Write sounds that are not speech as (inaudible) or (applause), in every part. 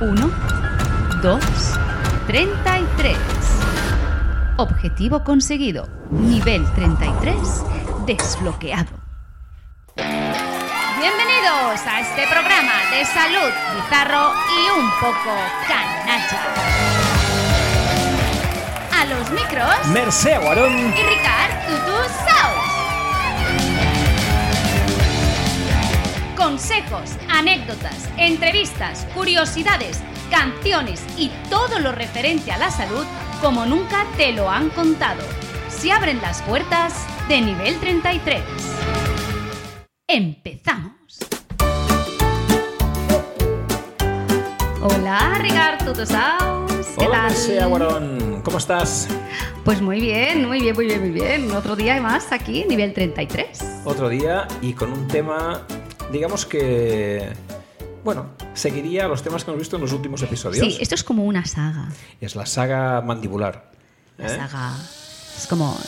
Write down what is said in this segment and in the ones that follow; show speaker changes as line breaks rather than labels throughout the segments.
1, 2, 33. Objetivo conseguido. Nivel 33 desbloqueado. Bienvenidos a este programa de salud, bizarro y un poco canacha. A los micros
Mercé Guarón.
y Ricard Tutu Saus. Consejos, anécdotas, entrevistas, curiosidades, canciones y todo lo referente a la salud como nunca te lo han contado. Se abren las puertas de nivel 33. Empezamos. Hola, Ricard Tutu Saus. ¿Qué
Hola,
tal?
Mercé Guarón. ¿Cómo estás?
Pues muy bien, muy bien, muy bien, muy bien. Otro día más aquí, nivel 33.
Otro día y con un tema, digamos que, bueno, seguiría los temas que hemos visto en los últimos episodios.
Sí, esto es como una saga.
Es la saga mandibular.
La
¿eh?
saga es como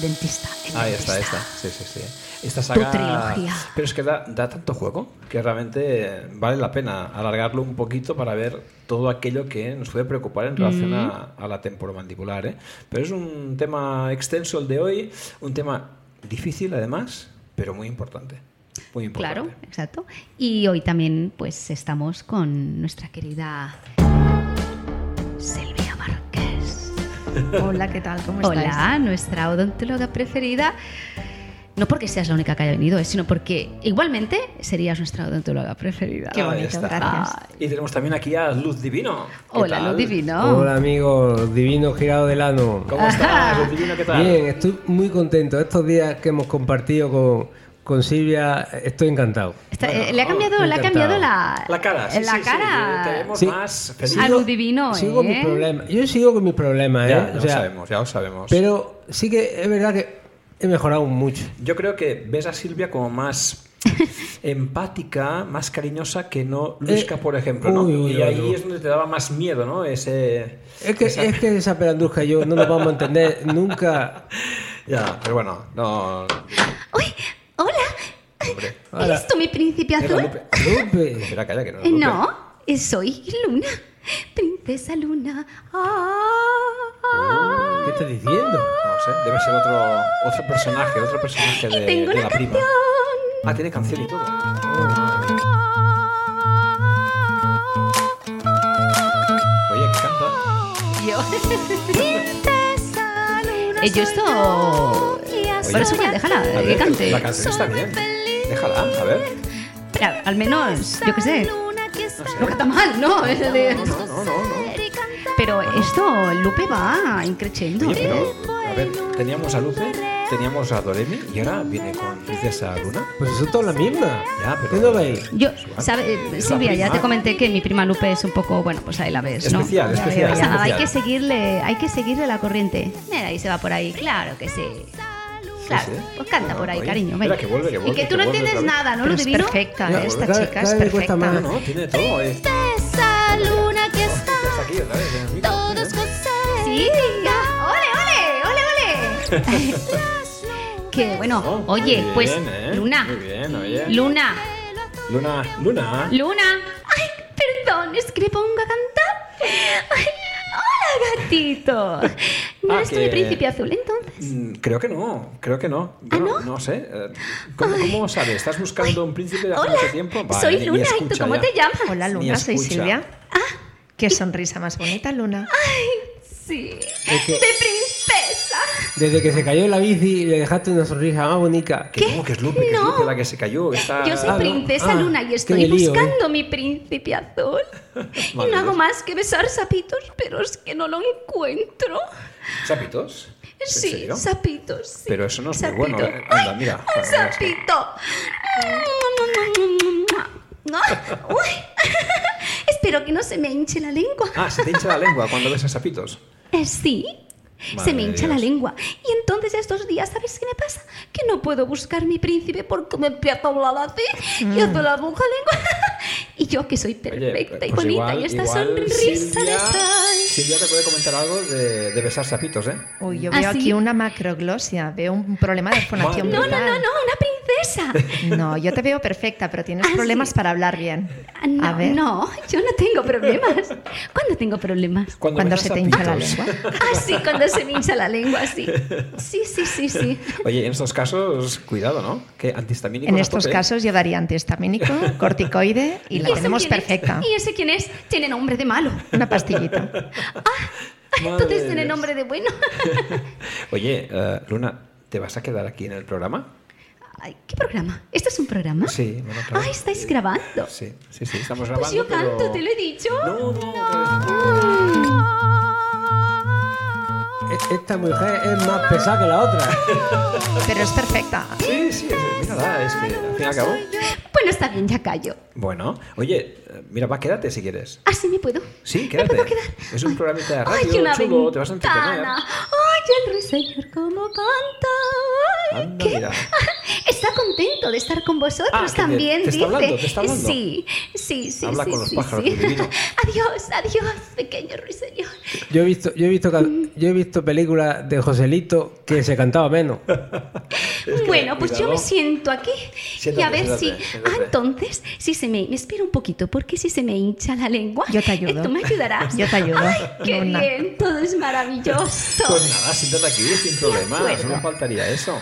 dentista. el
Ahí está,
dentista.
esta. Sí, sí, sí. Esta saga.
trilogía.
Pero es que da, da tanto juego que realmente eh, vale la pena alargarlo un poquito para ver todo aquello que nos puede preocupar en relación
Mm.
a, a la temporomandibular. ¿eh? Pero es un tema extenso el de hoy, un tema difícil además, pero muy importante. Muy importante.
Claro, exacto. Y hoy también pues estamos con nuestra querida Silvia Márquez.
Hola, ¿qué tal? ¿Cómo
Hola,
estáis?
nuestra odontóloga preferida. No porque seas la única que haya venido, eh, sino porque igualmente serías nuestra odontóloga preferida.
Qué
Ahí
bonito,
está.
gracias.
Y tenemos también aquí a Luz Divino. ¿Qué
Hola,
tal?
Luz Divino.
Hola amigos, divino girado del ano.
¿Cómo estás, Luz Divino? ¿Qué tal?
Bien, estoy muy contento. Estos días que hemos compartido con, con Silvia, estoy encantado.
Está-
Bueno,
eh, le ha cambiado,
me
le ha
encantado.
cambiado la, eh,
La cara, sí,
la
sí, eh, sí,
cara.
te vemos
Sí.
más feliz.
A lo divino,
sigo
¿eh?
mis problemas. Yo sigo con mis problemas, ¿eh?
Ya, ya
O
lo
sea,
sabemos, ya lo sabemos.
Pero sí que es verdad que he mejorado mucho.
Yo creo que ves a Silvia
(laughs)
como más empática, más cariñosa que no Luisca,
Eh,
por ejemplo, ¿no?
uy, uy,
y
uy,
ahí
uy.
es donde te daba más miedo, ¿no? Ese...
Es que,
esa-
es que esa perandusca y yo no nos vamos a entender nunca.
Ya, pero bueno, no...
¡Uy! ¡Hola!
Hombre.
Hola.
¿Eres tú mi príncipe
Era
azul?
Lupe.
Lupe.
Espera, calla, que no es
Eh,
Lupe.
No, eh, soy Luna, princesa Luna. Ah,
Oh,
¿Qué estás diciendo?
No sé, debe ser otro, otro personaje, otro personaje de,
y tengo
de
una
la
canción.
prima. Ah, tiene canción y todo. Oye, que
(laughs)
canta. (laughs)
Yo.
Princesa Luna,
Eh, yo esto.
soy yo, y así
Por eso, pues, déjala,
A
que
ver,
cante.
La canción está bien. Déjala, a ver.
Espera, al menos, yo qué sé.
Luna que está
No canta mal, ¿no? (laughs) Es de-
No, no, no. no.
y canta
Pero esto, Lupe va increchendo.
Oye, pero, a ver, teníamos a Lupe, teníamos a Doremi y ahora viene con Princesa Luna.
Pues son todas las mismas.
Ya, pero-
¿Qué no veis?
Yo, sabe, eh,
Es la
Silvia, ya
prima.
te comenté que mi prima Lupe es un poco, bueno, pues ahí la ves, ¿no?
Especial,
Ya
especial,
veo, ya.
especial.
Hay que seguirle, hay que seguirle la corriente. Mira, ahí se va por ahí, claro que sí. Claro,
Sí, sí.
pues canta por ahí,
Oye,
cariño.
espera,
Venga.
que vuelve, que vuelve,
y que tú
que
no
vuelve
entiendes
otra vez.
nada, ¿no?
Pero
Lo
es
divino.
perfecta,
Ya,
¿eh? esta
cada-
chica
cada
es
vez
perfecta.
cuesta más.
No, no, tiene todo. eh.
esa luna que está
Está aquí otra vez. en el micro. ¿eh?
todos conservan
Sí, venga. ¡Ole, ole, ole,
(laughs)
(laughs) ole! que bueno,
Oh, muy
oye,
bien,
pues
eh.
Luna,
Muy bien, oye.
Luna,
Luna, Luna.
Luna. Ay, perdón, es que le pongo a cantar. Ay, hola, gatito. ¿No
Ah,
eres tú
que-
mi príncipe azul entonces?
Mm, Creo que no, creo que no.
¿Ah,
Bueno, no? sé. eh, ¿Cómo, cómo sabes? ¿Estás buscando un príncipe de hace mucho tiempo? Vale,
soy
ni
Luna. ¿Y tú
escucha
cómo
ya.
te llamas?
Hola,
Ni
Luna, soy
escucha.
Silvia.
Ah.
Qué sonrisa más bonita, Luna.
Sí,
Es que-
de princesa.
Desde que se cayó en la bici le dejaste una sonrisa más bonita.
Que no, que es Lupe, que es
No.
Lupe la que se cayó. que Está...
Yo soy
Ah, no.
princesa
Ah,
Luna y
qué
estoy
lío, ¿eh?
buscando mi príncipe azul. y no
Madre
hago
mía.
más que besar sapitos, pero es que no lo encuentro.
¿Sapitos? ¿En
Sí,
serio?
sapitos. sí,
Pero eso no es muy
sapito.
bueno. eh. Anda,
¡Ay,
mira.
un
Bueno, mira, es que-
sapito! Ah, uy. (laughs) Espero que no se me hinche la lengua.
Ah, se te hincha la lengua cuando ves a sapitos.
Eh, Sí.
Madre
se me
de
hincha la
Dios.
lengua. Y entonces estos días, ¿sabes qué me pasa? Que no puedo buscar mi príncipe porque me empieza a hablar así y hace la aguja lengua. (laughs) y yo que soy
Mm. Oye,
perfecta y
pues
bonita
igual-
y esta
igual
sonrisa de
Silvia-
sal.
Silvia te puede comentar algo de, de besar sapitos, ¿eh?
Uy, yo
¿Ah,
veo
sí?
aquí una macroglosia, veo un problema de fonación
Madre
No, no,
bucal.
no, no, una princesa princesa.
No, yo te veo perfecta, pero tienes
Ah,
problemas
sí.
para hablar bien.
Ah, No,
A ver,
no, yo no tengo problemas. ¿Cuándo tengo problemas?
Cuando,
cuando
metes
se te hincha la
zapitos.
lengua.
Ah, sí, cuando se me hincha la lengua, sí. Sí, sí, sí, sí.
(laughs) Oye, en estos casos, cuidado, ¿no? Que antihistamínicos
En
a
estos
tope, ¿eh?
casos
(laughs)
llevaría antihistamínico, corticoide y la
ese
tenemos
quién es?
perfecta.
¿Y ese quién es? Tiene nombre de malo.
Una pastillita.
Madre
Entonces
de
tiene
Dios.
nombre de bueno.
Oye, eh, Luna, ¿te vas a quedar aquí en el programa?
Ay, ¿Qué programa? ¿Esto es un programa?
Sí, bueno, claro.
Ah, ¿estáis grabando?
Sí, sí, sí, estamos grabando.
Pues yo
pero-
canto, te lo he dicho.
No, no, otra vez.
E- Esta mujer es más pesada que la (laughs) otra.
Pero es perfecta.
Sí, sí, es, mira, va, es que al fin y al cabo.
Bueno, está bien, ya callo.
Bueno, oye, eh, mira, va, quédate si quieres.
Así me puedo.
Sí,
¿Me
quédate.
puedo quedar?
Es un
Ay,
programita de radio
Ay, una
chulo, te vas a entretener.
ventana. Ay, el ruiseñor cómo canta. Ay,
Anda,
qué-
mira.
(laughs) Está contento de estar con vosotros
Ah, que te-
también, dice.
te está hablando, te está hablando.
Sí, sí, sí.
Habla
sí,
con los
sí,
pájaros,
sí.
tu divino.
(laughs) Adiós, adiós, pequeño ruiseñor.
Yo he visto, yo he visto, ca- yo he visto películas de Joselito que se cantaba menos.
bueno, pues yo me
cuidado.
siento aquí y a
Siéntate,
ver si.
siéntate, siéntate.
Ah, entonces, si se me. Me espero un poquito, porque si se me hincha la lengua.
Yo te ayudo.
eh, Tú me ayudarás.
Yo te ayudo.
Ay, qué
Luna.
bien, todo es maravilloso.
Pues nada, siéntate aquí sin problema,
acuerdo.
solo faltaría eso.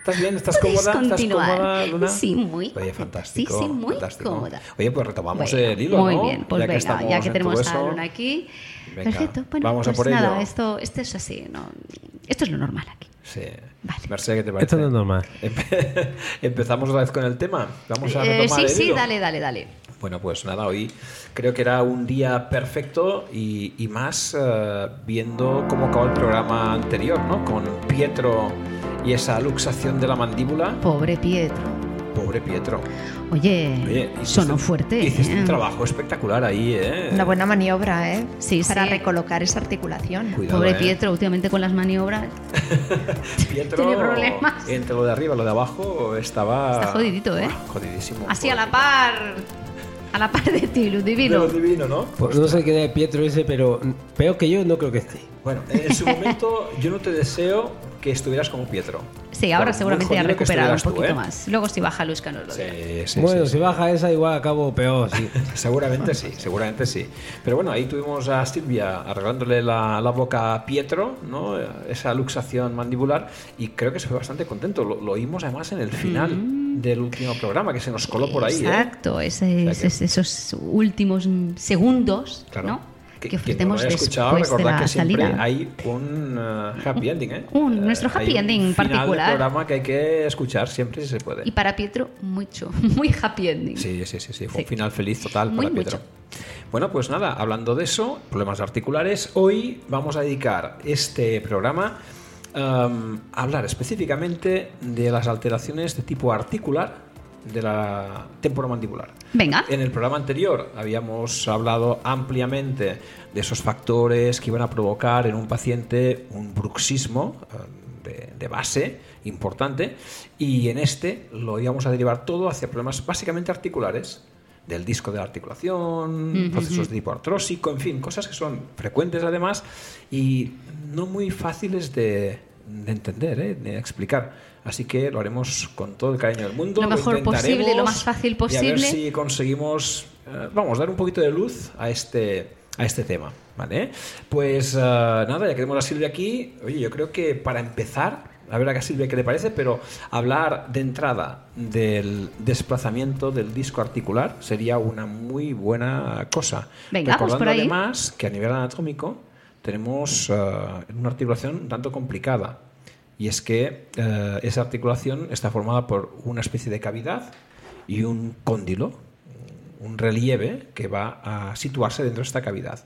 ¿Estás bien? ¿Estás
Podéis
cómoda? ¿Estás
continuar.
cómoda, Luna?
Sí, muy
Oye,
cómoda.
fantástico.
Sí, sí, muy
fantástico.
cómoda.
Oye, pues retomamos
Bueno,
el hilo,
Muy
¿no?
bien, pues
ya que
venga,
estamos
ya
en
que
tu
tenemos a
beso.
Luna aquí.
Venga,
Perfecto. Bueno,
vamos a
pues
por
nada,
ello.
esto, esto es así, ¿no? Esto es lo normal aquí.
Sí.
Vale.
Mercedes, ¿qué te parece?
(laughs) Esto no es normal.
Empe- (laughs) Empezamos otra vez con el tema. Vamos a
Eh,
retomar
sí,
el
sí,
hilo.
dale, dale, dale.
Bueno, pues nada, hoy creo que era un día perfecto y, y más eh, viendo cómo acabó el programa anterior, ¿no? Con Pietro y esa luxación de la mandíbula.
Pobre Pietro.
Pobre Pietro.
Oye,
Oye, hiciste-
sonó fuerte.
Hiciste
¿eh?
un este trabajo espectacular ahí, ¿eh?
Una buena maniobra, ¿eh?
Sí,
Para
sí.
recolocar esa articulación.
Cuidado,
Pobre
¿eh?
Pietro, últimamente con las maniobras.
Pietro,
(laughs) tiene problemas.
Entre lo de arriba y lo de abajo estaba.
Está jodidito, ¿eh?
Buah, Jodidísimo.
Así a la
Pobre
par. A la par de ti, Luz
Pietro.
Divino.
De lo divino, ¿no?
Pues no sé quién es Pietro ese, pero peor que yo no creo que esté.
Bueno,
(laughs)
en su momento yo no te deseo que estuvieras como Pietro.
Sí, ahora
Por muy
seguramente ya ha
jodido que
recuperado un
estuvieras tú,
poquito
¿eh?
más. Luego si baja Luz que nos lo diga.
Sí, sí,
bueno,
sí,
si
sí.
baja esa igual acabo peor, (laughs) sí.
Seguramente sí, seguramente sí. Pero bueno, ahí tuvimos a Silvia arreglándole la, la boca a Pietro, ¿no? Esa luxación mandibular, y creo que se fue bastante contento. Lo, lo oímos además en el final del último programa, que se nos coló por ahí. ¿eh?
Mm. Exacto, ese-
O sea que-
ese- esos últimos mm, segundos
Claro.
¿no? que,
quien no
ofrecemos
lo haya escuchado,
después de
recordad
la
que siempre
salida.
hay un eh, happy ending, ¿eh?
Un-
Eh,
nuestro happy
hay un
ending
final
particular.
Del programa que hay que escuchar siempre si se puede.
Y para Pietro, mucho, (laughs) muy happy ending.
Sí, sí, sí, sí. Fue
Sí.
un final feliz total
Muy
para Pedro.
mucho.
Bueno, pues nada, hablando de eso, problemas articulares, hoy vamos a dedicar este programa um, a hablar específicamente de las alteraciones de tipo articular de la temporomandibular.
Venga,
En el programa anterior habíamos hablado ampliamente de esos factores que iban a provocar en un paciente un bruxismo eh, de, de base importante y en este lo íbamos a derivar todo hacia problemas básicamente articulares del disco de la articulación,
Ujú,
procesos de tipo artrósico, en fin, cosas que son frecuentes además y no muy fáciles de, de entender, ¿eh? de explicar. Así que lo haremos con todo el cariño del mundo.
Lo mejor posible, lo
intentaremos
más fácil
Y a ver
posible.
si y conseguimos, eh, vamos, dar un poquito de luz a este, a este tema, ¿vale? Pues eh, nada, ya que tenemos a Silvia aquí, oye, yo creo que para empezar, a ver a Silvia qué le parece, pero hablar de entrada del desplazamiento del disco articular sería una muy buena cosa.
Venga, pues
Recordando
por ahí.
además que a nivel anatómico tenemos eh, una articulación un tanto complicada. Y es que eh, esa articulación está formada por una especie de cavidad y un cóndilo, un relieve que va a situarse dentro de esta cavidad.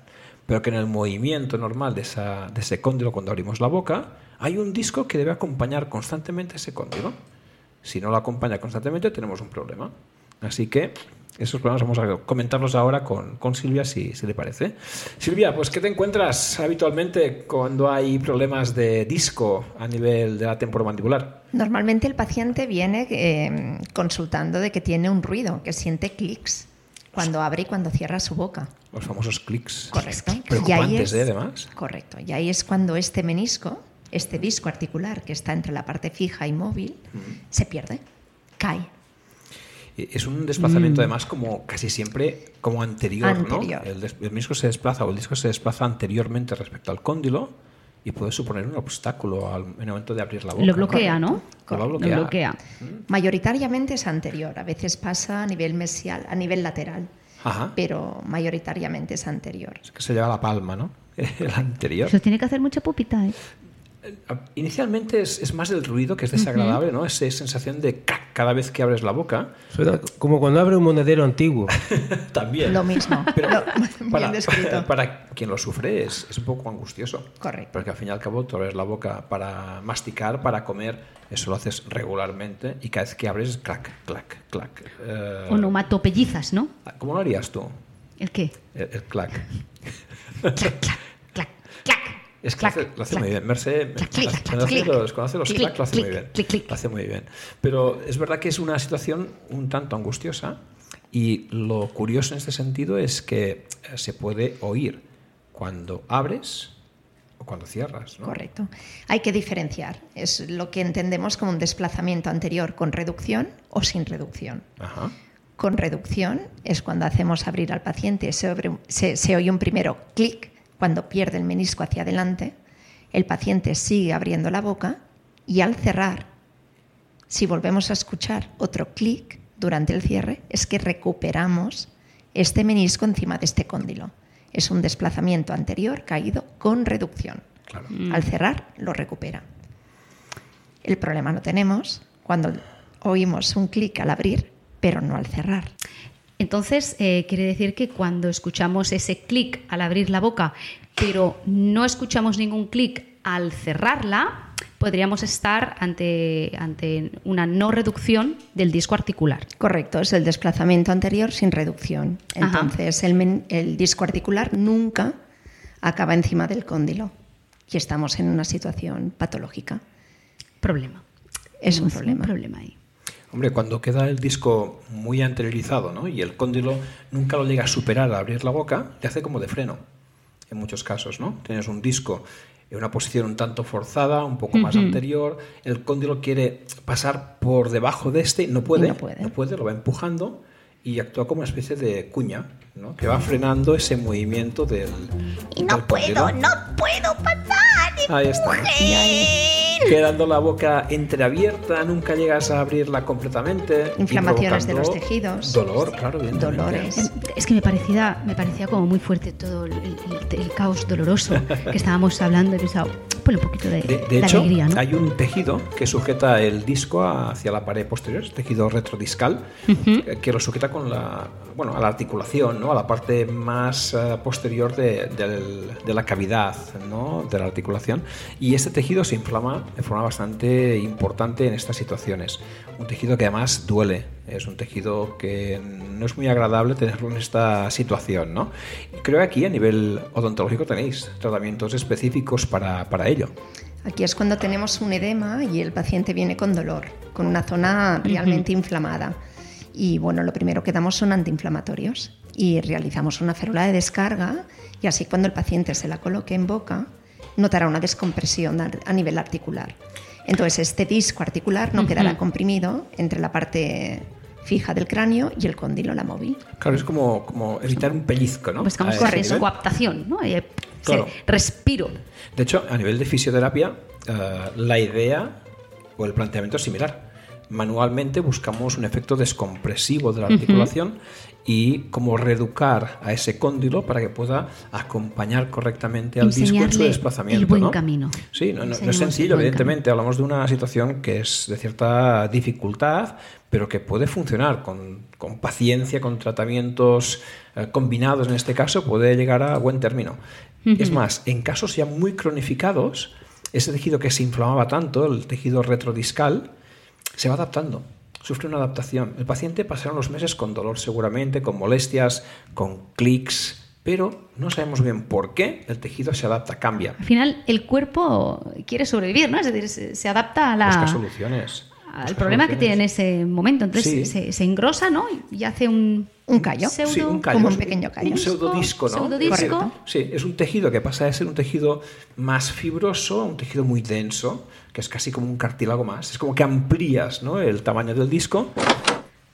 Pero que en el movimiento normal de, esa- de ese cóndilo cuando abrimos la boca, hay un disco que debe acompañar constantemente ese cóndilo. Si no lo acompaña constantemente, tenemos un problema. Así que esos problemas vamos a comentarlos ahora con, con Silvia, si, si le parece. Silvia, pues ¿qué te encuentras habitualmente cuando hay problemas de disco a nivel de la temporomandibular?
Normalmente el paciente viene eh, consultando de que tiene un ruido, que siente clics cuando abre y cuando cierra su boca.
Los famosos clics.
Correcto. Y ahí
Preocupantes,
es-
¿eh? Además.
Correcto. Y ahí es cuando este menisco, este disco articular que está entre la parte fija y móvil se pierde, cae.
Eh, Es un desplazamiento
Mm.
además como casi siempre como anterior,
Anterior.
¿no? El, des- el disco se desplaza o el disco se desplaza anteriormente respecto al cóndilo y puede suponer un obstáculo al, en el momento de abrir la boca.
Lo bloquea, ¿no?
Lo va a
Lo
bloquear.
bloquea.
Mayoritariamente es anterior, a veces pasa a nivel mesial, a nivel lateral,
Ajá.
pero mayoritariamente es anterior.
Es que se lleva la palma, ¿no? (laughs) El anterior.
Eso tiene que hacer mucha pupita, ¿eh?
Inicialmente es, es más del ruido que es desagradable, ¿no? Esa sensación de crack cada vez que abres la boca.
Suena como cuando abre un monedero antiguo.
También.
Lo mismo,
Pero
lo- (laughs) bien
para,
descrito.
(laughs) para quien lo sufre es, es un poco angustioso.
Correcto.
Porque al fin y al cabo tú abres la boca para masticar, para comer, eso lo haces regularmente y cada vez que abres, clac, clac, clac. Eh,
Onomatopellizas, ¿no?
¿Cómo lo harías tú?
¿El
(laughs)
qué?
El, el clac.
Clac, clac, clac, clac.
Es que
clac,
lo hace, lo hace
clac.
muy bien. Merced,
Clac, clic,
hace-
clac,
cuando hace
clic.
los, cuando hace los
Clic,
clac, lo hace muy
clic,
bien.
clic, clic.
Lo hace muy bien. Pero es verdad que es una situación un tanto angustiosa y lo curioso en este sentido es que eh, se puede oír cuando abres o cuando cierras. ¿no?
Correcto. Hay que diferenciar. Es lo que entendemos como un desplazamiento anterior con reducción o sin reducción.
Ajá.
Con reducción es cuando hacemos abrir al paciente, se, obre- se- se oye un primero clic cuando pierde el menisco hacia adelante, el paciente sigue abriendo la boca y al cerrar, si volvemos a escuchar otro clic durante el cierre, es que recuperamos este menisco encima de este cóndilo. Es un desplazamiento anterior caído con reducción.
Claro.
Al cerrar, lo recupera. El problema lo tenemos cuando oímos un clic al abrir, pero no al cerrar.
Entonces, eh, quiere decir que cuando escuchamos ese clic al abrir la boca, pero no escuchamos ningún clic al cerrarla, podríamos estar ante, ante una no reducción del disco articular.
Correcto, es el desplazamiento anterior sin reducción.
Ajá.
Entonces, el, men- el disco articular nunca acaba encima del cóndilo y estamos en una situación patológica.
Problema.
Es un
Tenemos
problema.
ahí.
Hombre, cuando queda el disco muy anteriorizado ¿no? y el cóndilo nunca lo llega a superar al abrir la boca, le hace como de freno, en muchos casos. ¿no? Tienes un disco en una posición un tanto forzada, un poco más anterior, el cóndilo quiere pasar por debajo de este, no puede,
no puede.
lo va empujando y actúa como una especie de cuña, ¿no? que va frenando ese movimiento del...
Y no
del
puedo,
cóndilo.
no puedo pasar.
Ahí está.
¡Empujen!
Quedando la boca entreabierta, nunca llegas a abrirla completamente. y
Inflamaciones de
provocando
los tejidos.
Dolor, claro, bien.
Dolores.
Es que me parecía, me parecía como muy fuerte todo el, el- el caos doloroso que estábamos hablando. He pensado, ponle un poquito de,
De, de
de
hecho,
alegría, ¿no?
hay un tejido que sujeta el disco hacia la pared posterior, es tejido retrodiscal, eh, que lo sujeta con la, bueno, a la articulación, ¿no? a la parte más eh, posterior de, del- de la cavidad ¿no? de la articulación. Y este tejido se inflama de forma bastante importante en estas situaciones. Un tejido que además duele, es un tejido que no es muy agradable tenerlo en esta situación. ¿no? Y creo que aquí a nivel odontológico tenéis tratamientos específicos para, para ello.
Aquí es cuando tenemos un edema y el paciente viene con dolor, con una zona realmente inflamada. Y bueno, lo primero que damos son antiinflamatorios y realizamos una férula de descarga y así cuando el paciente se la coloque en boca notará una descompresión a a nivel articular. Entonces este disco articular no quedará comprimido entre la parte fija del cráneo y el cóndilo, la móvil.
Claro, es como, como evitar un pellizco, ¿no?
Buscamos Pues
A
con
ese nivel.
su coaptación, ¿no? Eh, se-
Claro.
respiro.
De hecho, a nivel de fisioterapia, eh, la idea o el planteamiento es similar. Manualmente buscamos un efecto descompresivo de la articulación y como reeducar a ese cóndilo para que pueda acompañar correctamente al disco en su
Enseñarle
desplazamiento.
el buen
¿no?
camino.
Sí, no, no- no es
Enseñamos el
sencillo,
buen
evidentemente. Efectivamente, hablamos de una situación que es de cierta dificultad, pero que puede funcionar con, con paciencia, con tratamientos eh, combinados en este caso, puede llegar a buen término. Es más, en casos ya muy cronificados, ese tejido que se inflamaba tanto, el tejido retrodiscal, se va adaptando, sufre una adaptación. El paciente pasará unos meses con dolor seguramente, con molestias, con clics, pero no sabemos bien por qué el tejido se adapta, cambia.
Al final, el cuerpo quiere sobrevivir, ¿no? Es decir, se, se adapta a la,
Busca soluciones.
al
busca
Ah, problema que
soluciones.
tiene en ese momento. Entonces
Sí.
se, se engrosa, ¿no? Y hace un
Un callo.
Pseudo-
Sí, un callo.
Como
es
un pequeño callo.
Un pseudodisco, ¿no?
Pseudodisco.
Correcto.
Sí, es un tejido que pasa de ser un tejido más fibroso a un tejido muy denso, que es casi como un cartílago más. Es como que amplías ¿no? el tamaño del disco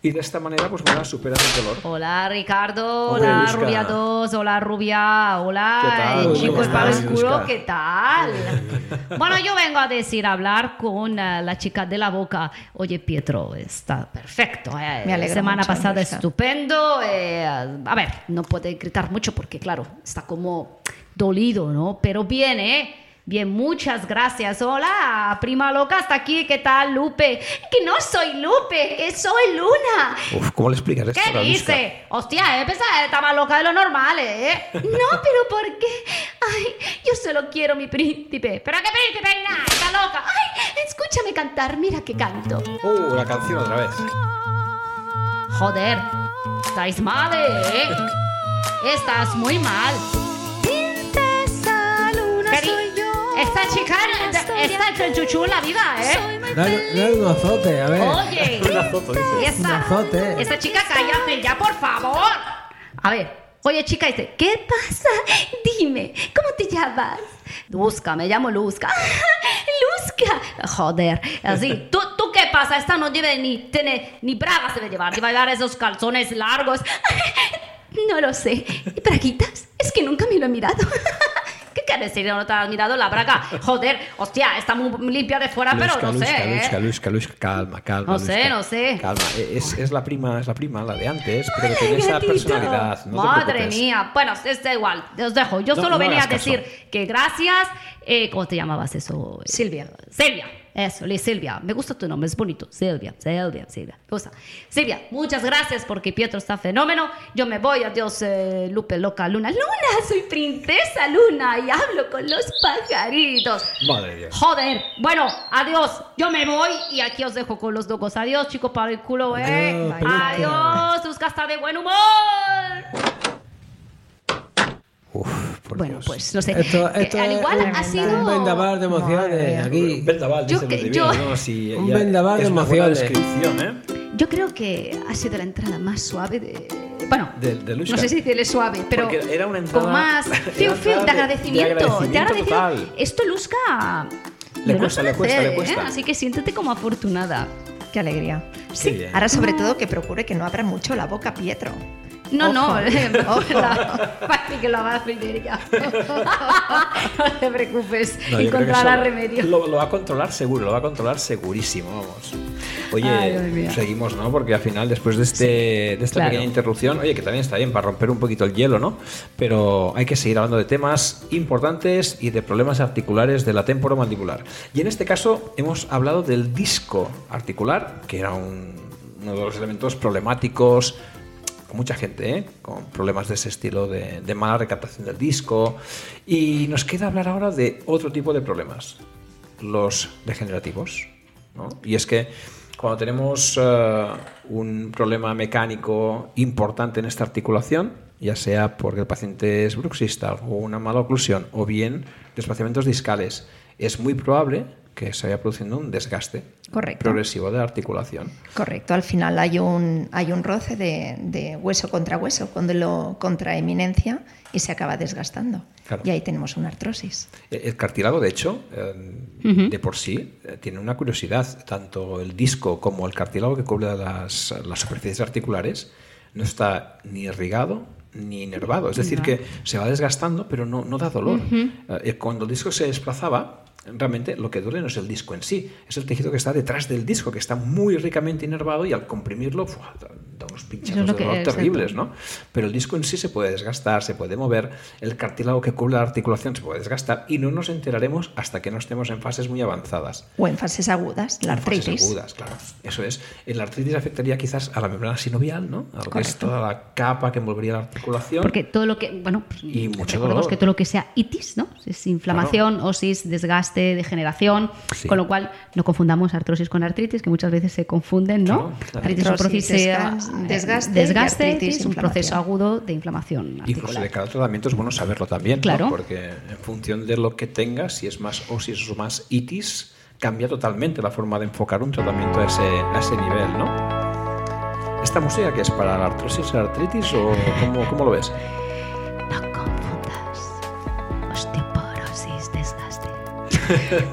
y de esta manera pues bueno, superas el dolor.
Hola Ricardo,
Hombre,
hola
Luzca.
Rubia 2, hola Rubia, hola
¿Qué tal?
eh,
¿Cómo
chico el palo
estás,
oscuro,
Luzca?
¿qué tal?
(laughs)
bueno, yo vengo a decir, a hablar con eh, la chica de la boca. Oye Pietro, está perfecto, eh,
Me alegro
semana
mucho,
pasada
Luzca.
estupendo. eh, a ver, no puede gritar mucho porque claro, está como dolido, ¿no? Pero bien, ¿eh? Bien, muchas gracias. Hola, prima loca, hasta aquí. ¿Qué tal, Lupe? Que no soy Lupe, que soy Luna.
Uf, ¿cómo le explicas esto? a
¿Qué
la Luzca?
dice? Hostia, eh, pensaba que está más loca de lo normal, ¿eh? No, pero ¿por qué? Ay, yo solo quiero mi príncipe. ¿Pero qué príncipe? Nada, está loca. Ay, escúchame cantar, mira que canto.
Uh, la canción otra vez.
Joder, estáis mal, ¿eh? Estás muy mal. Queri- Esta chica, esta es el chuchú en la vida, ¿eh?
Dale, dale un azote, a ver.
Oye.
Una foto, eh.
Y
dice.
esta-
Un azote.
Esta chica, cállate ya, por favor. A ver, oye, chica, dice, ¿qué pasa? Dime, ¿cómo te llamas? Luzca, me llamo Luzca. (laughs) Luzca. Joder, así. ¿Tú, ¿Tú qué pasa? Esta no debe ni tener, ni bragas debe llevar, ni bailar esos calzones largos. (laughs) No lo sé. ¿Y braguitas? Es que nunca me lo he mirado. (laughs) ¿Qué quieres decir? No te has mirado la braga. Joder, hostia, está muy limpia de fuera, pero no sé.
Luzca,
¿eh?
Luzca, Luzca, Luzca, calma, calma.
No sé,
Luzca.
no sé.
Calma, E, es, es la prima, es la prima, la de antes, pero tiene
Ay,
esa
gatito.
personalidad. No te
Madre
preocupes.
mía. Bueno, es da igual. Os dejo. Yo
No-
solo
no
venía a
hagas
decir que gracias. Eh, ¿Cómo te llamabas eso? Silvia. Silvia. Eso, le- Silvia. Me gusta tu nombre, es bonito. Silvia, Silvia, Silvia. Me gusta. Silvia, muchas gracias porque Pietro está fenómeno. Yo me voy. Adiós, eh, Lupe, loca, Luna. Luna, soy princesa Luna y hablo con los pajaritos.
Madre mía.
Joder, bueno, adiós. Yo me voy y aquí os dejo con los locos. Adiós, chicos, para el culo, eh.
Adiós, peluca.
Adiós, busca hasta de buen humor.
Uf, por
Bueno,
Dios.
pues no sé.
Esto,
Eh,
Que
esto
al
es
igual
un,
ha sido.
un vendaval de
Madre
emociones
mía.
aquí.
Vendaval,
Yo
dicen
que-
los divinos,
yo-
¿no? Sí,
Un
ya-
vendaval
es
de
una buena
emociones.
descripción, ¿eh?
Yo creo que ha sido la entrada más suave de. Bueno,
De- de Luisca.
no sé si decirle suave, pero
Porque era una entrada-
con
(laughs)
más
era
fiu, fiu,
entrada
de
de- de
agradecimiento. Te
agradecimiento
agradecido.
total.
Esto Luzca
Le
lo
cuesta,
vas a
le cuesta,
hacer,
le cuesta.
¿eh? Así que siéntete como afortunada.
Qué alegría.
Sí. bien.
Ahora sobre todo que procure que no abra mucho la boca, Pietro.
No,
Ojo.
(laughs) no,
Hola. Parece que lo va a aprender ya.
(laughs)
no te preocupes,
No, yo creo que
encontrará
eso
remedio.
Lo, lo va a controlar seguro, lo va a controlar segurísimo, vamos. Oye,
Ay, Dios mío.
seguimos, ¿no? Porque al final, después de, este, de esta
claro.
pequeña interrupción, oye, que también está bien para romper un poquito el hielo, ¿no? Pero hay que seguir hablando de temas importantes y de problemas articulares de la temporomandibular. Y en este caso hemos hablado del disco articular, que era un- uno de los elementos problemáticos con mucha gente, ¿eh? con problemas de ese estilo de, de mala recaptación del disco. Y nos queda hablar ahora de otro tipo de problemas, los degenerativos. ¿no? Y es que cuando tenemos eh, un problema mecánico importante en esta articulación, ya sea porque el paciente es bruxista o una mala oclusión o bien desplazamientos discales, es muy probable que se vaya produciendo un desgaste
Correcto.
progresivo de la articulación.
Correcto, al final hay un, hay un roce de, de hueso contra hueso, cuando lo contra eminencia y se acaba desgastando.
Claro.
Y ahí tenemos una artrosis.
Eh, El cartílago, de hecho, eh, de por sí, eh, tiene una curiosidad. Tanto el disco como el cartílago que cubre las, las superficies articulares no está ni irrigado ni inervado. Es decir, que se va desgastando, pero no, no da dolor. Eh, Cuando el disco se desplazaba, realmente lo que duele no es el disco en sí, es el tejido que está detrás del disco, que está muy ricamente inervado y al comprimirlo ¡fua! da- da unos pinchazos
lo
de
que-
dolor
exacto.
terribles, ¿no? Pero el disco en sí se puede desgastar, se puede mover, el cartílago que cubre la articulación se puede desgastar y no nos enteraremos hasta que no estemos en fases muy avanzadas.
O en fases agudas, la
En fases
artritis.
agudas, claro. Eso es. La artritis afectaría quizás a la membrana sinovial, ¿no? A lo que es
Correcto.
toda la capa que envolvería la articulación.
Porque todo lo que, bueno, pues,
Y mucho
recordemos
dolor.
que todo lo que sea itis, ¿no? Es inflamación, osis, desgaste, degeneración,
Sí.
con lo cual no confundamos artrosis con artritis, que muchas veces se confunden, ¿no?
Claro, claro.
Artritis es un
Artrosis,
proceso
desgas- desgaste y
desgaste
artritis,
es un proceso
inflamación.
agudo de inflamación
Incluso de
articular.
cada tratamiento es bueno saberlo también, ¿no?
Claro.
porque en función de lo que tengas, si es más osis o más itis, cambia totalmente la forma de enfocar un tratamiento a ese, a ese nivel, ¿no? ¿Esta música que es para la artrosis, la artritis o cómo, cómo lo
(laughs)
ves?
No confundas osteoporosis, desgaste,
(laughs)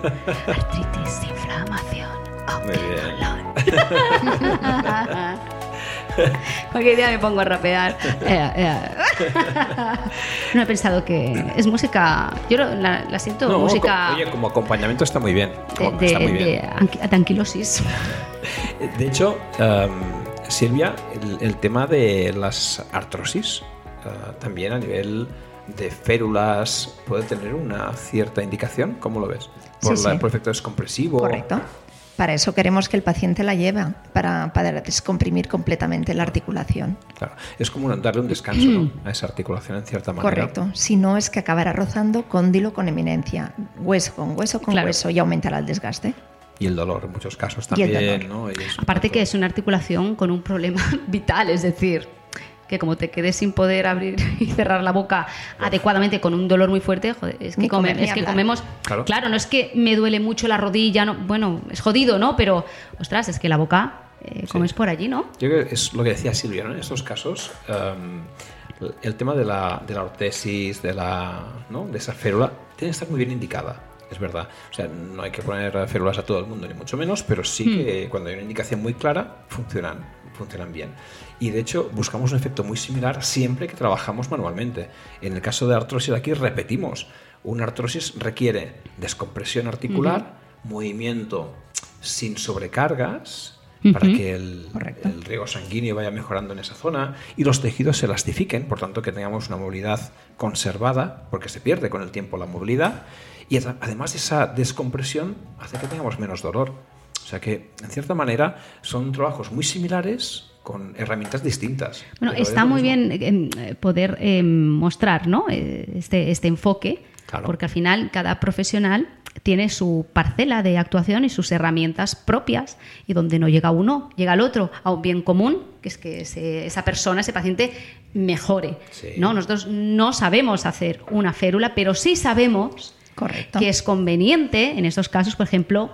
artritis, inflamación,
Muy bien.
dolor. Cualquier día me pongo a
(laughs)
rapear. Ea, ea. No he pensado que es música. Yo lo- la, la siento
No,
música
co- oye, como acompañamiento está muy bien.
de,
Como-
de,
está muy bien.
de anqui- anquilosis.
De hecho, em, Silvia, el, el tema de las artrosis, eh, también a nivel de férulas, puede tener una cierta indicación, ¿cómo lo ves? Por,
Sí,
la-
sí.
por efecto descompresivo.
Correcto. Para eso queremos que el paciente la lleva, para, para descomprimir completamente la articulación.
Claro. Es como un- darle un descanso ¿no? a esa articulación en cierta manera.
Mm. Correcto. Si no, es que acabará rozando cóndilo con eminencia, hueso con hueso con
Claro.
hueso y aumentará el desgaste.
Y el dolor en muchos casos
Y
también.
el
¿no? Y es-
Aparte que es una articulación con un problema (laughs) vital, es decir, que como te quedes sin poder abrir (laughs) y cerrar la boca adecuadamente con un dolor muy fuerte, joder, es que,
Ni comer,
come-
ni
es que
hablar.
comemos...
Claro.
Claro. no es que me duele mucho la rodilla, no, bueno, es jodido, ¿no? Pero, ostras, es que la boca eh, comes por allí, ¿no?
Yo creo que es lo que decía Silvia, ¿no? En estos casos, em, el tema de la, de la ortesis, de, la, ¿no? de esa férula, tiene que estar muy bien indicada, es verdad. O sea, no hay que poner férulas a todo el mundo, ni mucho menos, pero sí que cuando hay una indicación muy clara, funcionan, funcionan bien. Y de hecho, buscamos un efecto muy similar siempre que trabajamos manualmente. En el caso de artrosis, aquí repetimos: una artrosis requiere descompresión articular, movimiento sin sobrecargas, para que el,
Correcto.
el riego sanguíneo vaya mejorando en esa zona y los tejidos se plastifiquen, por tanto que tengamos una movilidad conservada, porque se pierde con el tiempo la movilidad, y ad- además esa descompresión hace que tengamos menos dolor. O sea que, en cierta manera, son trabajos muy similares con herramientas distintas.
Bueno,
pero es
está
lo
muy
mismo.
bien eh, eh, poder eh, mostrar ¿no? Eh, este, este enfoque,
Claro.
porque al final cada profesional tiene su parcela de actuación y sus herramientas propias, y donde no llega uno, llega el otro, a un bien común, que es que ese- esa persona, ese paciente, mejore.
Sí.
¿no? Nosotros no sabemos hacer una férula, pero sí sabemos
Correcto.
que es conveniente en estos casos, por ejemplo,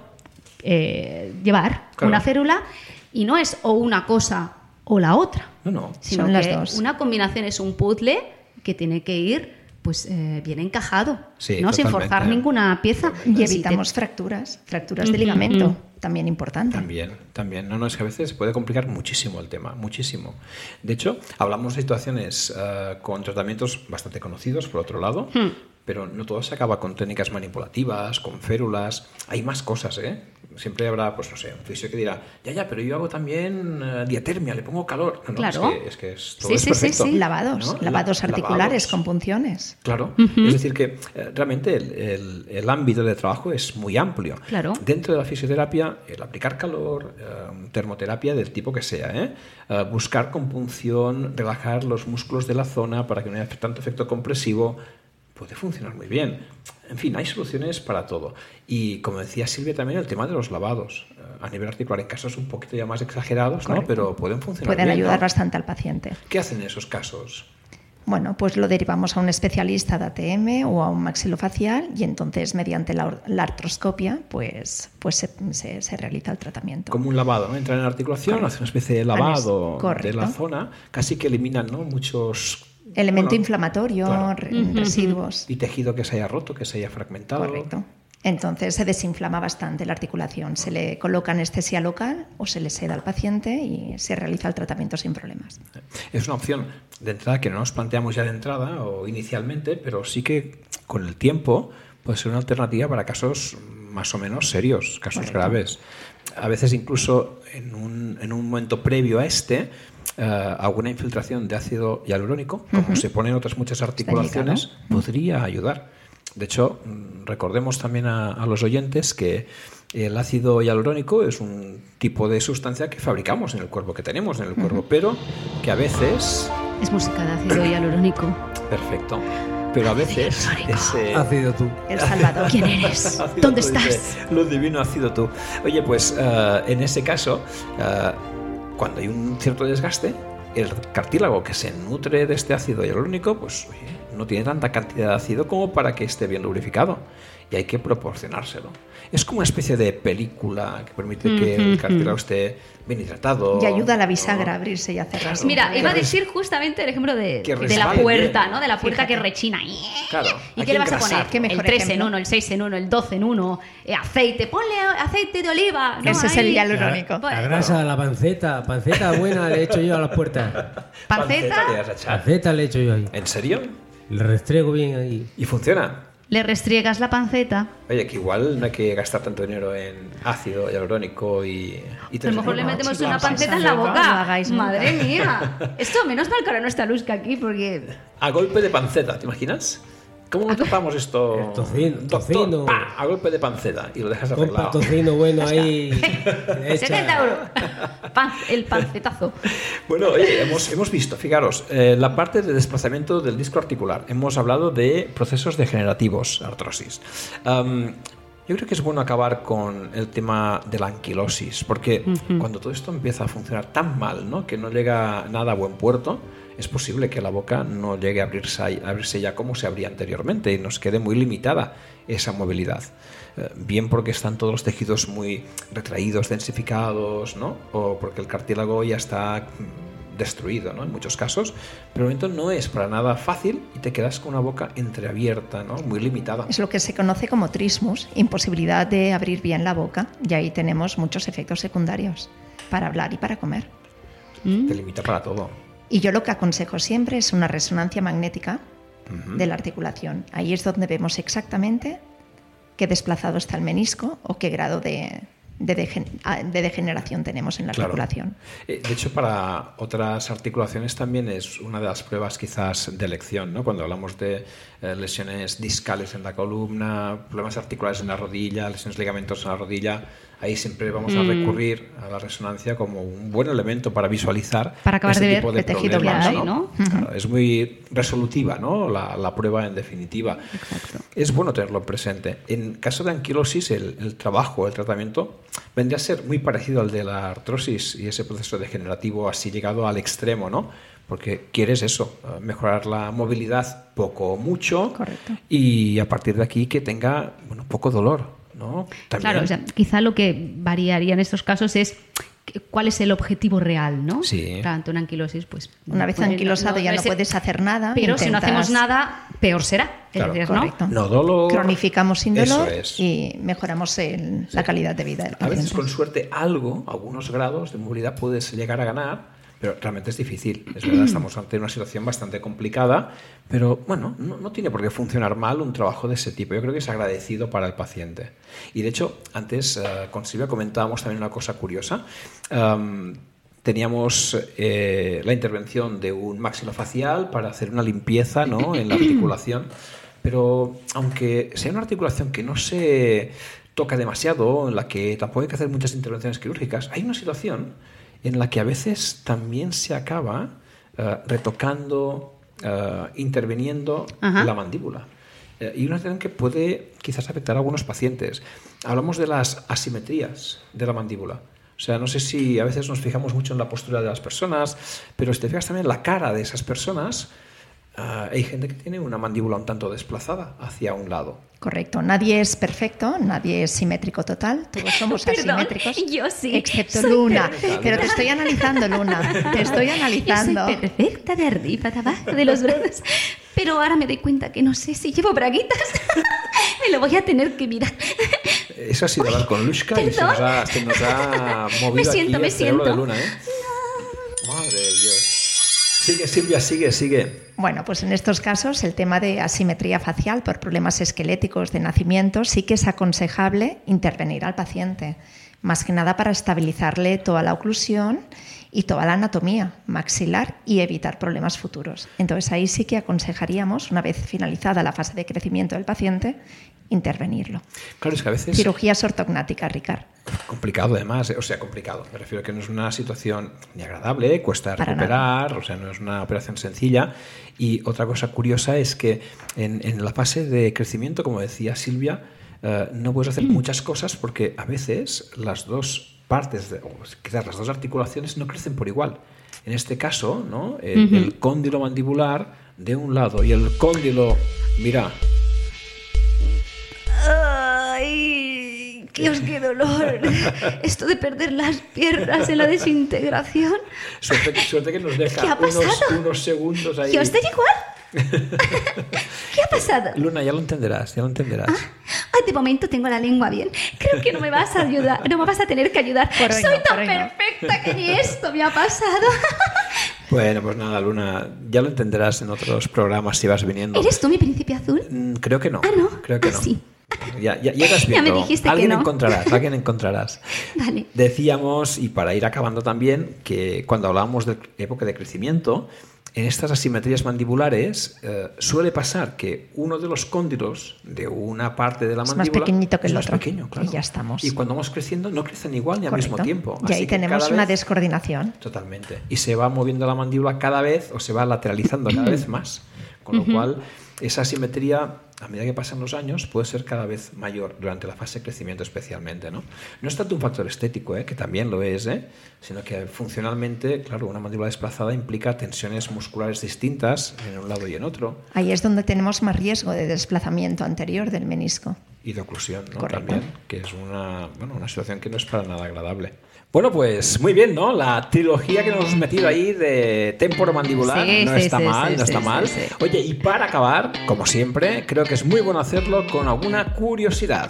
eh, llevar
Claro.
una férula y no es o una cosa o la otra
No, no.
sino
Son las
que
dos.
una combinación es un puzzle que tiene que ir pues eh, bien encajado,
Sí,
no sin
totalmente.
forzar ninguna pieza
Y
Si te-
evitamos fracturas, fracturas de ligamento, también importante.
También, también. No, no, es que a veces puede complicar muchísimo el tema, muchísimo. De hecho, hablamos de situaciones eh, con tratamientos bastante conocidos, por otro lado,
Hmm.
pero no todo se acaba con técnicas manipulativas, con férulas. Hay más cosas, ¿eh? Siempre habrá, pues no sé, un fisio que dirá, ya, ya, pero yo hago también eh, diatermia, le pongo calor. No, no,
Claro.
es que es, que es- todo
Sí,
es
sí, sí,
perfecto,
sí.
Lavados,
¿no? La-
lavados articulares
lavados.
con punciones.
Claro, es decir que eh, realmente el, el- el ámbito de trabajo es muy amplio.
Claro.
Dentro de la fisioterapia, el aplicar calor, eh, termoterapia del tipo que sea, ¿eh? Eh, buscar compunción, relajar los músculos de la zona para que no haya tanto efecto compresivo, puede funcionar muy bien. En fin, hay soluciones para todo. Y como decía Silvia también, el tema de los lavados eh, a nivel articular, en casos un poquito ya más exagerados, ¿no?
Correcto.
pero pueden funcionar
Pueden
bien,
ayudar
¿no?
bastante al paciente.
¿Qué hacen en esos casos?
Bueno, pues lo derivamos a un especialista de ATM o a un maxilofacial y entonces mediante la, or- la artroscopia pues, pues se, se- se realiza el tratamiento.
como un lavado, ¿no? Entra en la articulación, hace una especie de lavado
Anes- correcto.
de la zona, casi que eliminan ¿no? muchos
Elemento
bueno,
inflamatorio,
claro.
re- residuos.
y tejido que se haya roto, que se haya fragmentado.
Correcto. Entonces se desinflama bastante la articulación. Se le coloca anestesia local o se le seda al paciente y se realiza el tratamiento sin problemas.
Es una opción de entrada que no nos planteamos ya de entrada o inicialmente, pero sí que con el tiempo puede ser una alternativa para casos más o menos serios, casos
Correcto.
graves. A veces incluso en un, en un momento previo a este, eh, alguna infiltración de ácido hialurónico, como se pone en otras muchas articulaciones, podría ayudar. De hecho, mm, recordemos también a, a los oyentes que el ácido hialurónico es un tipo de sustancia que fabricamos en el cuerpo, que tenemos en el cuerpo, pero que a veces,
es música de ácido hialurónico.
perfecto, pero a veces ese
Has sido tú.
(laughs)
El Salvador.
¿Quién eres?
ácido
¿Dónde
tú dice,
estás?
Lo divino ha sido tú. Oye, pues eh, en ese caso, eh, cuando hay un cierto desgaste, el cartílago que se nutre de este ácido hialurónico, pues oye, no tiene tanta cantidad de ácido como para que esté bien lubrificado. Y hay que proporcionárselo. Es como una especie de película que permite que el cartílago esté bien hidratado.
Y ayuda a la bisagra a
¿no?
abrirse y a cerrarse.
Mira,
Claro.
iba a decir justamente el ejemplo de,
Que
de la
resbale
puerta,
bien.
¿no? De la puerta que
Fíjate.
rechina. ¡Eh!
Claro,
¿Y
hay
qué
que
le vas a
engrasar.
poner?
Qué
el
mejor
3 en
ejemplo.
1, el 6 en 1, el 12 en 1, aceite, ponle aceite de oliva. ¿no?
Ese es el
Ahí.
hialurónico.
Bueno,
La grasa, la panceta, panceta buena le he hecho yo a las puertas.
Panceta.
le has echado.
Panceta le he hecho yo ahí.
¿En serio?
Le restrego bien ahí.
¿Y funciona?
Le restriegas la panceta.
Oye, que igual no hay que gastar tanto dinero en ácido hialurónico y... y
A lo mejor le
transdermal.
metemos
Sí, sí,
una
sí.
panceta en la
No lo
boca.
hagáis nunca.
Madre mía.
(laughs)
Esto, menos mal que ahora no está Luzca aquí, porque
A golpe de panceta, ¿te imaginas? ¿Cómo
Ah.
nos tapamos esto?
El tocino,
Doctor,
tocino.
pa, a golpe de panceta y lo dejas
Compra
arreglado.
tocino
(laughs)
bueno ahí. le echa-
70 euros. Pan- el pancetazo.
Bueno, oye, hemos, hemos visto, fijaros, eh, la parte de desplazamiento del disco articular. Hemos hablado de procesos degenerativos, artrosis. Am, yo creo que es bueno acabar con el tema de la anquilosis, porque cuando todo esto empieza a funcionar tan mal, ¿no? que no llega nada a buen puerto, es posible que la boca no llegue a abrirse, a abrirse ya como se abría anteriormente y nos quede muy limitada esa movilidad. Eh, Bien porque están todos los tejidos muy retraídos, densificados, ¿no? O porque el cartílago ya está mm, destruido, ¿no? En muchos casos. Pero el momento no es para nada fácil y te quedas con una boca entreabierta, ¿no? Muy limitada.
Es lo que se conoce como trismus, imposibilidad de abrir bien la boca, y ahí tenemos muchos efectos secundarios para hablar y para comer.
Te limita para todo.
Y yo lo que aconsejo siempre es una resonancia magnética de la articulación. Ahí es donde vemos exactamente qué desplazado está el menisco o qué grado de, de degen- ah, de degeneración tenemos en la
Claro.
articulación.
Eh, De hecho, para otras articulaciones también es una de las pruebas quizás de elección, ¿no? Cuando hablamos de eh, lesiones discales en la columna, problemas articulares en la rodilla, lesiones de ligamentos en la rodilla, ahí siempre vamos
Mm.
a recurrir a la resonancia como un buen elemento para visualizar
Para acabar
este
de ver
tipo
qué tejido
problemas,
que hay, ¿no?
Claro, es muy resolutiva, ¿no? La, la prueba en definitiva. Es bueno tenerlo presente. En caso de anquilosis, el, el trabajo, el tratamiento, vendría a ser muy parecido al de la artrosis y ese proceso degenerativo así llegado al extremo, ¿no? Porque quieres eso, eh, mejorar la movilidad poco o mucho
Correcto.
y a partir de aquí que tenga bueno, poco dolor, ¿no? También.
Claro, o sea, quizá lo que variaría en estos casos es que- cuál es el objetivo real, ¿no?
Sí.
Tanto una anquilosis, pues.
Una vez
pues, no-
anquilosado
no-
ya
no
no
es-
puedes hacer nada.
Pero si no
intentas-
hacemos nada, peor será. Es
Claro.
decir, ¿no?
Correcto.
no dolor.
Cronificamos sin dolor
Eso es.
y mejoramos el- la calidad de vida del
A
paciente.
veces con suerte algo, algunos grados de movilidad puedes llegar a ganar, pero realmente es difícil. Es verdad, estamos ante una situación bastante complicada, pero bueno, no, no tiene por qué funcionar mal un trabajo de ese tipo. Yo creo que es agradecido para el paciente. Y de hecho, antes eh, con Silvia comentábamos también una cosa curiosa. Am, teníamos eh, la intervención de un maxilofacial para hacer una limpieza ¿no? en la articulación. Pero aunque sea una articulación que no se toca demasiado, en la que tampoco hay que hacer muchas intervenciones quirúrgicas, hay una situación en la que a veces también se acaba eh, retocando, eh, interviniendo
Ajá.
la mandíbula. Eh, y una situación que puede quizás afectar a algunos pacientes. Hablamos de las asimetrías de la mandíbula. O sea, no sé si a veces nos fijamos mucho en la postura de las personas, pero si te fijas también en la cara de esas personas, ah, hay gente que tiene una mandíbula un tanto desplazada hacia un lado.
Correcto. Nadie es perfecto, nadie es simétrico total, todos somos
(laughs) Perdón,
asimétricos.
yo sí,
Excepto
soy
Luna.
perfecta.
Pero te estoy analizando, Luna.
(laughs)
Te estoy analizando.
Yo soy perfecta de arriba, de abajo, de los brazos. Pero ahora me doy cuenta que no sé si llevo braguitas. (laughs) me lo voy a tener que mirar.
Eso ha sido hablar con Lushka y se
perdón.
nos ha, se nos ha movido
(laughs) Me siento,
aquí
me
el cerebro
siento.
de Luna, ¿eh? Madre de Dios. Sigue, Silvia, sigue, sigue.
Bueno, pues en estos casos el tema de asimetría facial por problemas esqueléticos de nacimiento sí que es aconsejable intervenir al paciente, más que nada para estabilizarle toda la oclusión y toda la anatomía maxilar y evitar problemas futuros. Entonces ahí sí que aconsejaríamos, una vez finalizada la fase de crecimiento del paciente, intervenirlo.
Claro, es que a veces
Cirugías ortognáticas, Ricard.
complicado además, eh, o sea, complicado. Me refiero a que no es una situación ni agradable, cuesta
Para
recuperar, o sea, no es una operación sencilla. Y otra cosa curiosa es que en, en la fase de crecimiento, como decía Silvia, eh, no puedes hacer
Mm.
muchas cosas porque a veces las dos partes, de- o quizás las dos articulaciones no crecen por igual. En este caso, ¿no? El, el Eh, cóndilo mandibular de un lado y el cóndilo, mira,
¡Ay! ¡Dios, qué dolor! Esto de perder las piernas en la desintegración.
suerte, suerte que nos
(laughs) ¿Qué
deja
ha
unos,
pasado?
unos segundos ahí.
¿Y a usted igual? ¿Qué ha pasado?
Luna, ya lo entenderás, ya lo entenderás.
Ah.
Ay, de momento tengo la lengua bien. Creo que no me vas a ayudar, no me vas a tener que ayudar.
Por hoy
Soy
no, por
tan
hoy no.
perfecta que ni esto me ha pasado. (laughs)
Bueno, pues nada, Luna, ya lo entenderás en otros programas si vas viniendo.
¿Eres tú mi príncipe azul?
Mm, Creo que no.
Ah, ¿no?
Creo que
Ah,
no.
sí.
Ya, ya, ya te
(laughs)
has
Ya me
visto.
dijiste que
alguien
no.
encontrarás, alguien encontrarás.
Vale.
Decíamos, y para ir acabando también, que cuando hablábamos de época de crecimiento, en estas asimetrías mandibulares eh, suele pasar que uno de los cóndilos de una parte de la
Es más
mandíbula
pequeñito que
es
el
más
otro.
pequeño, claro.
Y ya estamos.
Y cuando vamos creciendo no crecen igual ni al mismo
Correcto.
tiempo.
Y
Así
ahí
que
tenemos
cada
una
vez-
descoordinación.
Totalmente. Y se va moviendo la mandíbula cada vez o se va lateralizando cada vez más. Con lo cual, esa asimetría, a medida que pasan los años, puede ser cada vez mayor, durante la fase de crecimiento especialmente. No, no es tanto un factor estético, ¿eh? que también lo es, ¿eh? sino que funcionalmente, claro, una mandíbula desplazada implica tensiones musculares distintas en un lado y en otro,
Ahí es donde tenemos más riesgo de desplazamiento anterior del menisco.
y de oclusión ¿no?
Correcto.
también, que es una, bueno, una situación que no es para nada agradable. Bueno, pues muy bien, ¿no? La trilogía que nos hemos metido ahí de temporomandibular
Sí,
no
sí,
está
sí,
mal,
sí,
no está
sí,
mal.
sí, sí.
Oye, y para acabar, como siempre, creo que es muy bueno hacerlo con alguna curiosidad.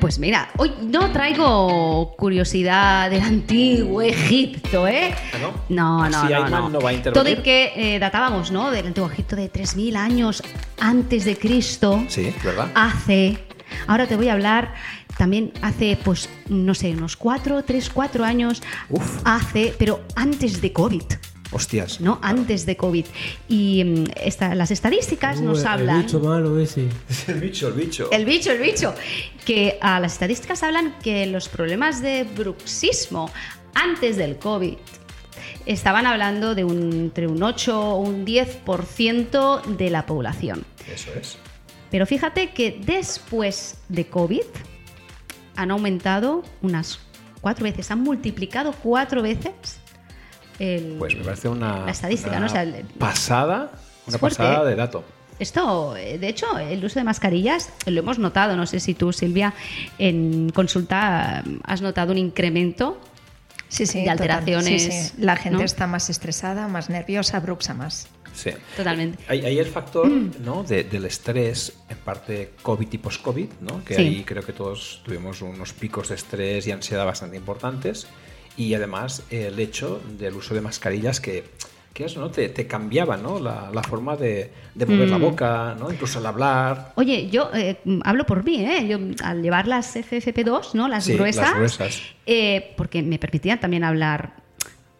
Pues mira, hoy no traigo curiosidad del antiguo Egipto, ¿eh?
¿Ah,
No, no,
Así
no.
Ayman
no.
no va a intervenir.
Todo el que eh, datábamos, ¿no? Del antiguo Egipto de 3.000 años antes de Cristo.
Sí, ¿verdad?
Ah, Hace. eh, Ahora te voy a hablar también hace, pues, no sé, unos 4, 3, 4 años.
Uf.
Hace, pero antes de COVID.
Hostias.
ah, ¿no? Antes de COVID. Y mm, esta- las estadísticas
Uh,
nos
el
hablan.
bicho malo ese.
(laughs) El bicho, el bicho.
El bicho, el bicho. Que a las estadísticas hablan que los problemas de bruxismo antes del COVID estaban hablando de un- entre un 8 o un 10% de la población.
Eso es.
Pero fíjate que después de COVID han aumentado unas cuatro veces, han multiplicado cuatro veces el...
Pues me parece una,
La estadística,
una
¿no? O sea, el-
pasada, una
Es fuerte,
pasada
¿eh?
de dato.
Esto, eh, de hecho, el uso de mascarillas lo hemos notado. No sé si tú, Silvia, en consulta mm, has notado un incremento.
Sí, sí,
De
Eh, total.
alteraciones,
Sí, sí. La gente
¿no?
está más estresada, más nerviosa, bruxa más.
Sí.
Totalmente.
Hay, hay el factor ¿no? de- del estrés, en parte COVID y post-COVID, ¿no? que
Sí.
ahí creo que todos tuvimos unos picos de estrés y ansiedad bastante importantes. Y además eh, el hecho del uso de mascarillas que, que eso, ¿no? te, te cambiaba ¿no? la, la forma de, de mover la boca, ¿no? incluso al hablar.
Oye, yo eh, mm, hablo por mí, ¿eh? Yo mm, al llevar las FFP2, ¿no? Las
Sí, las
gruesas.
gruesas.
eh, porque me permitían también hablar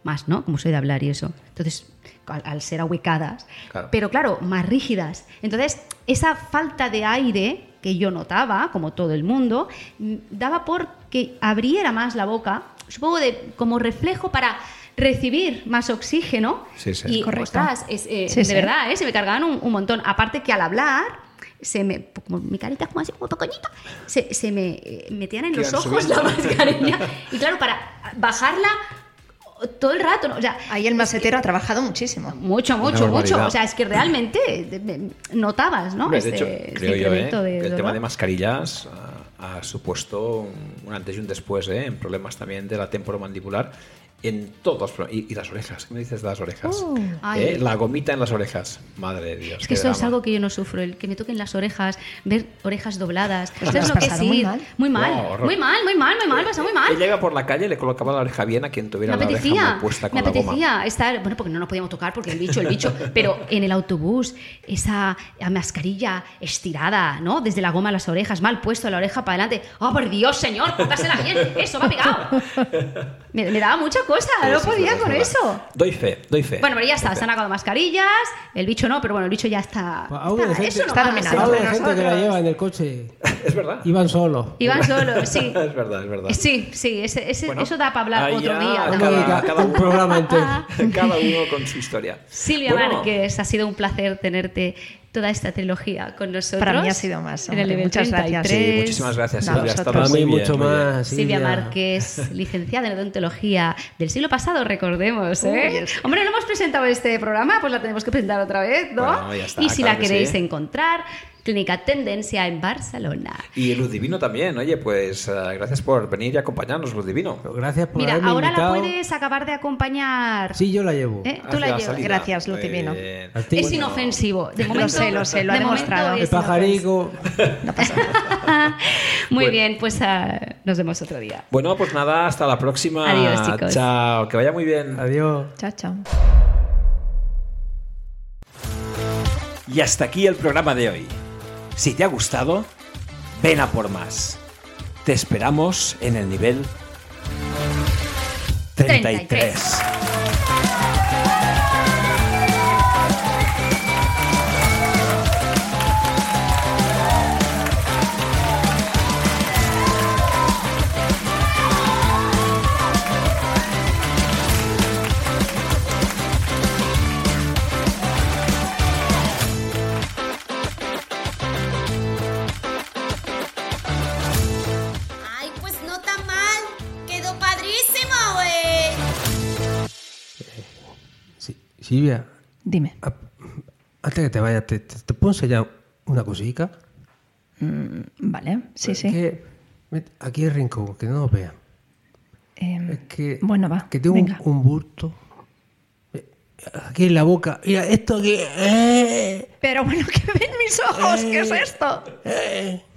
más, ¿no? Como soy de hablar y eso. Entonces, al, al ser ahuecadas.
Claro.
Pero claro, más rígidas. Entonces, esa falta de aire que yo notaba, como todo el mundo, mm, daba por que abriera más la boca, supongo de, como reflejo para recibir más oxígeno
Sí, sí.
y
Correcto.
ostras, es, eh,
Sí,
de
sí.
verdad Ah, ¿eh? se me cargaban un, un montón. Aparte que al hablar, se me, como mi carita es como así, como pequeñita, se, se me eh, metían en los
Iban
ojos
subiendo.
la (laughs) mascarilla. Y claro, para bajarla todo el rato, ¿no? o sea,
Ahí el macetero ha trabajado muchísimo.
mucho,
Una
mucho, mucho.
barbaridad.
O sea, es que realmente de- de- notabas, ¿no?
Hombre, de
Este-
hecho,
este
creo yo
incremento
¿eh?
de
que el tema
dolor.
de mascarillas ah, ha, ha supuesto un, un antes y un después ¿eh? en problemas también de la temporomandibular en todos los pro- y, y las orejas. ¿Qué me dices de las orejas?
Oh.
¿Eh?
Ay.
La gomita en las orejas. Madre de Dios.
Es
qué
que eso es
drama.
algo que yo no sufro, el que me toquen las orejas, ver orejas dobladas.
Pues lo
Esto es
has
lo que
pasado
sí.
muy mal.
Muy mal,
No, Oh, horror.
muy mal, muy mal, muy mal, pasa muy mal.
Ella iba por la calle, le colocaba la oreja bien a quien tuviera
me
la oreja
apetecía,
muy puesta con
me
la goma.
apetecía estar, bueno, porque no nos podíamos tocar porque el bicho,
(laughs)
el bicho, pero en el autobús, esa mascarilla estirada, ¿no? Desde la goma a las orejas, mal puesto la oreja para adelante. ¡Oh, por Dios, señor! ¡Póngasela bien! ¡Eso
(laughs)
va pegado! Me, me daba mucha cosa,
Sí,
no
sí,
podía
sí,
con
sí.
eso.
Doy fe, doy fe.
Bueno, pero ya está,
Doy fe.
se han acabado mascarillas, el bicho no, pero bueno, el bicho ya está.
Pues aún hay
está-
gente-
Ah, eso no
está
va,
dominado.
eso no
Ahora
Habla
va.
de
nosotros.
gente que la lleva en el coche.
Es verdad.
Iban solos.
Iban
(laughs)
solo, (laughs) sí.
Es verdad, es verdad.
Sí, sí, ese- ese-
Bueno,
eso da para hablar
ahí
otro
ya
día.
acaba-
también.
Cada-
cada
un
uno.
(laughs)
programa entero.
Cada uno con su historia.
Silvia
Bueno,
Márquez, ha sido un placer tenerte toda esta trilogía con nosotros.
Para mí ha sido más,
En el
hombre,
nivel
muchas gracias.
Sí,
33.
muchísimas gracias,
No,
Silvia.
vosotros.
Ha estado
Para
muy
mí
bien,
mucho
muy bien.
más.
Silvia
(laughs)
Silvia.
Márquez, licenciada en odontología del siglo pasado, recordemos. ¿eh?
Uy, es-
Hombre, no hemos presentado este programa, pues la tenemos que presentar otra vez, ¿no?
Bueno, ya está,
y si
claro
la
que
queréis
sí.
encontrar, Clínica Tendencia en Barcelona.
Y Luz Divino también, oye, pues eh, gracias por venir y acompañarnos, Luz Divino.
Pero gracias por
Mira,
haberme
ahora
invitado.
la puedes acabar de acompañar.
Sí, yo la llevo.
¿Eh? Tú
Hacia
la llevas.
salida. Eh,
Gracias, Luz
Muy
Divino.
bien.
A ti.
Es
Bueno.
inofensivo. De
Lo
momento,
sé, lo sé, lo ha
de momento
demostrado.
es
El
El
inofensivo.
pajarico.
No pasa nada.
Muy
Bueno.
bien, pues ah, nos vemos otro día.
Bueno, pues nada, hasta la próxima.
Adiós, chicos.
Chao, que vaya muy bien.
(laughs) Adiós.
Chao, chao.
Y hasta aquí el programa de hoy. Si te ha gustado, ven a por más. Te esperamos en el nivel 33.
33.
Ay, pues no tan mal. Quedó padrísimo, güey.
Sí, Silvia,
Dime.
a- antes que te vayas, ¿te, te, te puedo enseñar una cosica?
Vale, sí,
Es
sí.
que- met- aquí el rincón, que no nos vean.
Em,
Es que,
bueno, va.
que tengo un,
venga.
un bulto. Eh, Aquí en la boca. Mira, esto aquí. eh,
(laughs)
Eh,
Pero bueno, que ven mis ojos, ¿qué es esto?
eh.